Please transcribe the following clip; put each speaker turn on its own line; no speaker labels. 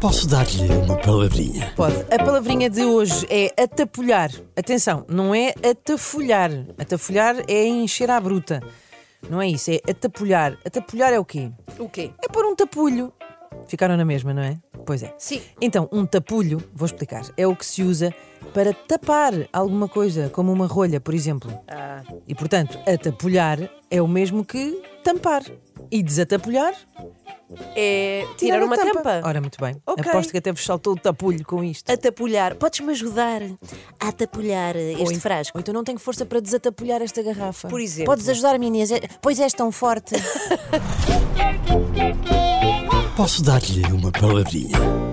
Posso dar-lhe uma palavrinha?
Pode. A palavrinha de hoje é atapulhar. Atenção, não é atafolhar. Atafolhar é encher à bruta. Não é isso, é atapulhar. Atapulhar é o quê?
O quê?
É pôr um tapulho. Ficaram na mesma, não é? Pois é.
Sim.
Então, um tapulho, vou explicar, é o que se usa para tapar alguma coisa, como uma rolha, por exemplo.
Ah,
E portanto, atapulhar é o mesmo que tampar. E desatapulhar,
é tirar
a
uma tampa.
Ora, muito bem.
Ok.
Aposto que até vos saltou o tapulho com isto.
Atapulhar. Podes-me ajudar a atapulhar eh, este frasco?
Ou então não tenho força para desatapulhar esta garrafa.
Por exemplo.
Podes ajudar-me, Inês? É- Pois és tão forte.
Posso dar-lhe uma palavrinha?